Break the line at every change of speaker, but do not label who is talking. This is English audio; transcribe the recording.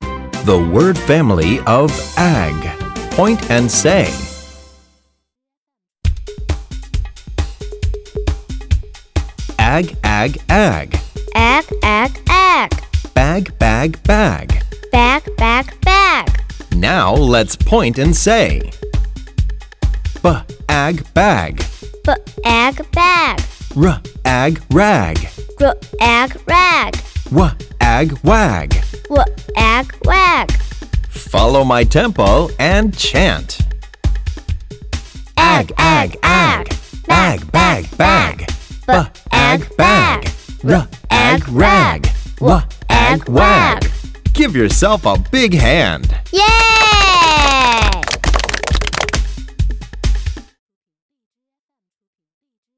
The word family of ag. Point and say. Ag, ag, ag.
Egg, egg, egg.
Bag, bag, bag.
Bag, bag, bag.
Now let's point and say. B, ag, bag.
B, egg, bag.
R, ag, rag.
R, egg, rag.
W, ag, wag.
W, egg, wag.
Follow my tempo and chant. Ag, ag, ag. Bag, bag, bag. B, ag, bag. R, ag, rag. W, ag, wag. Give yourself a big hand.
Yay!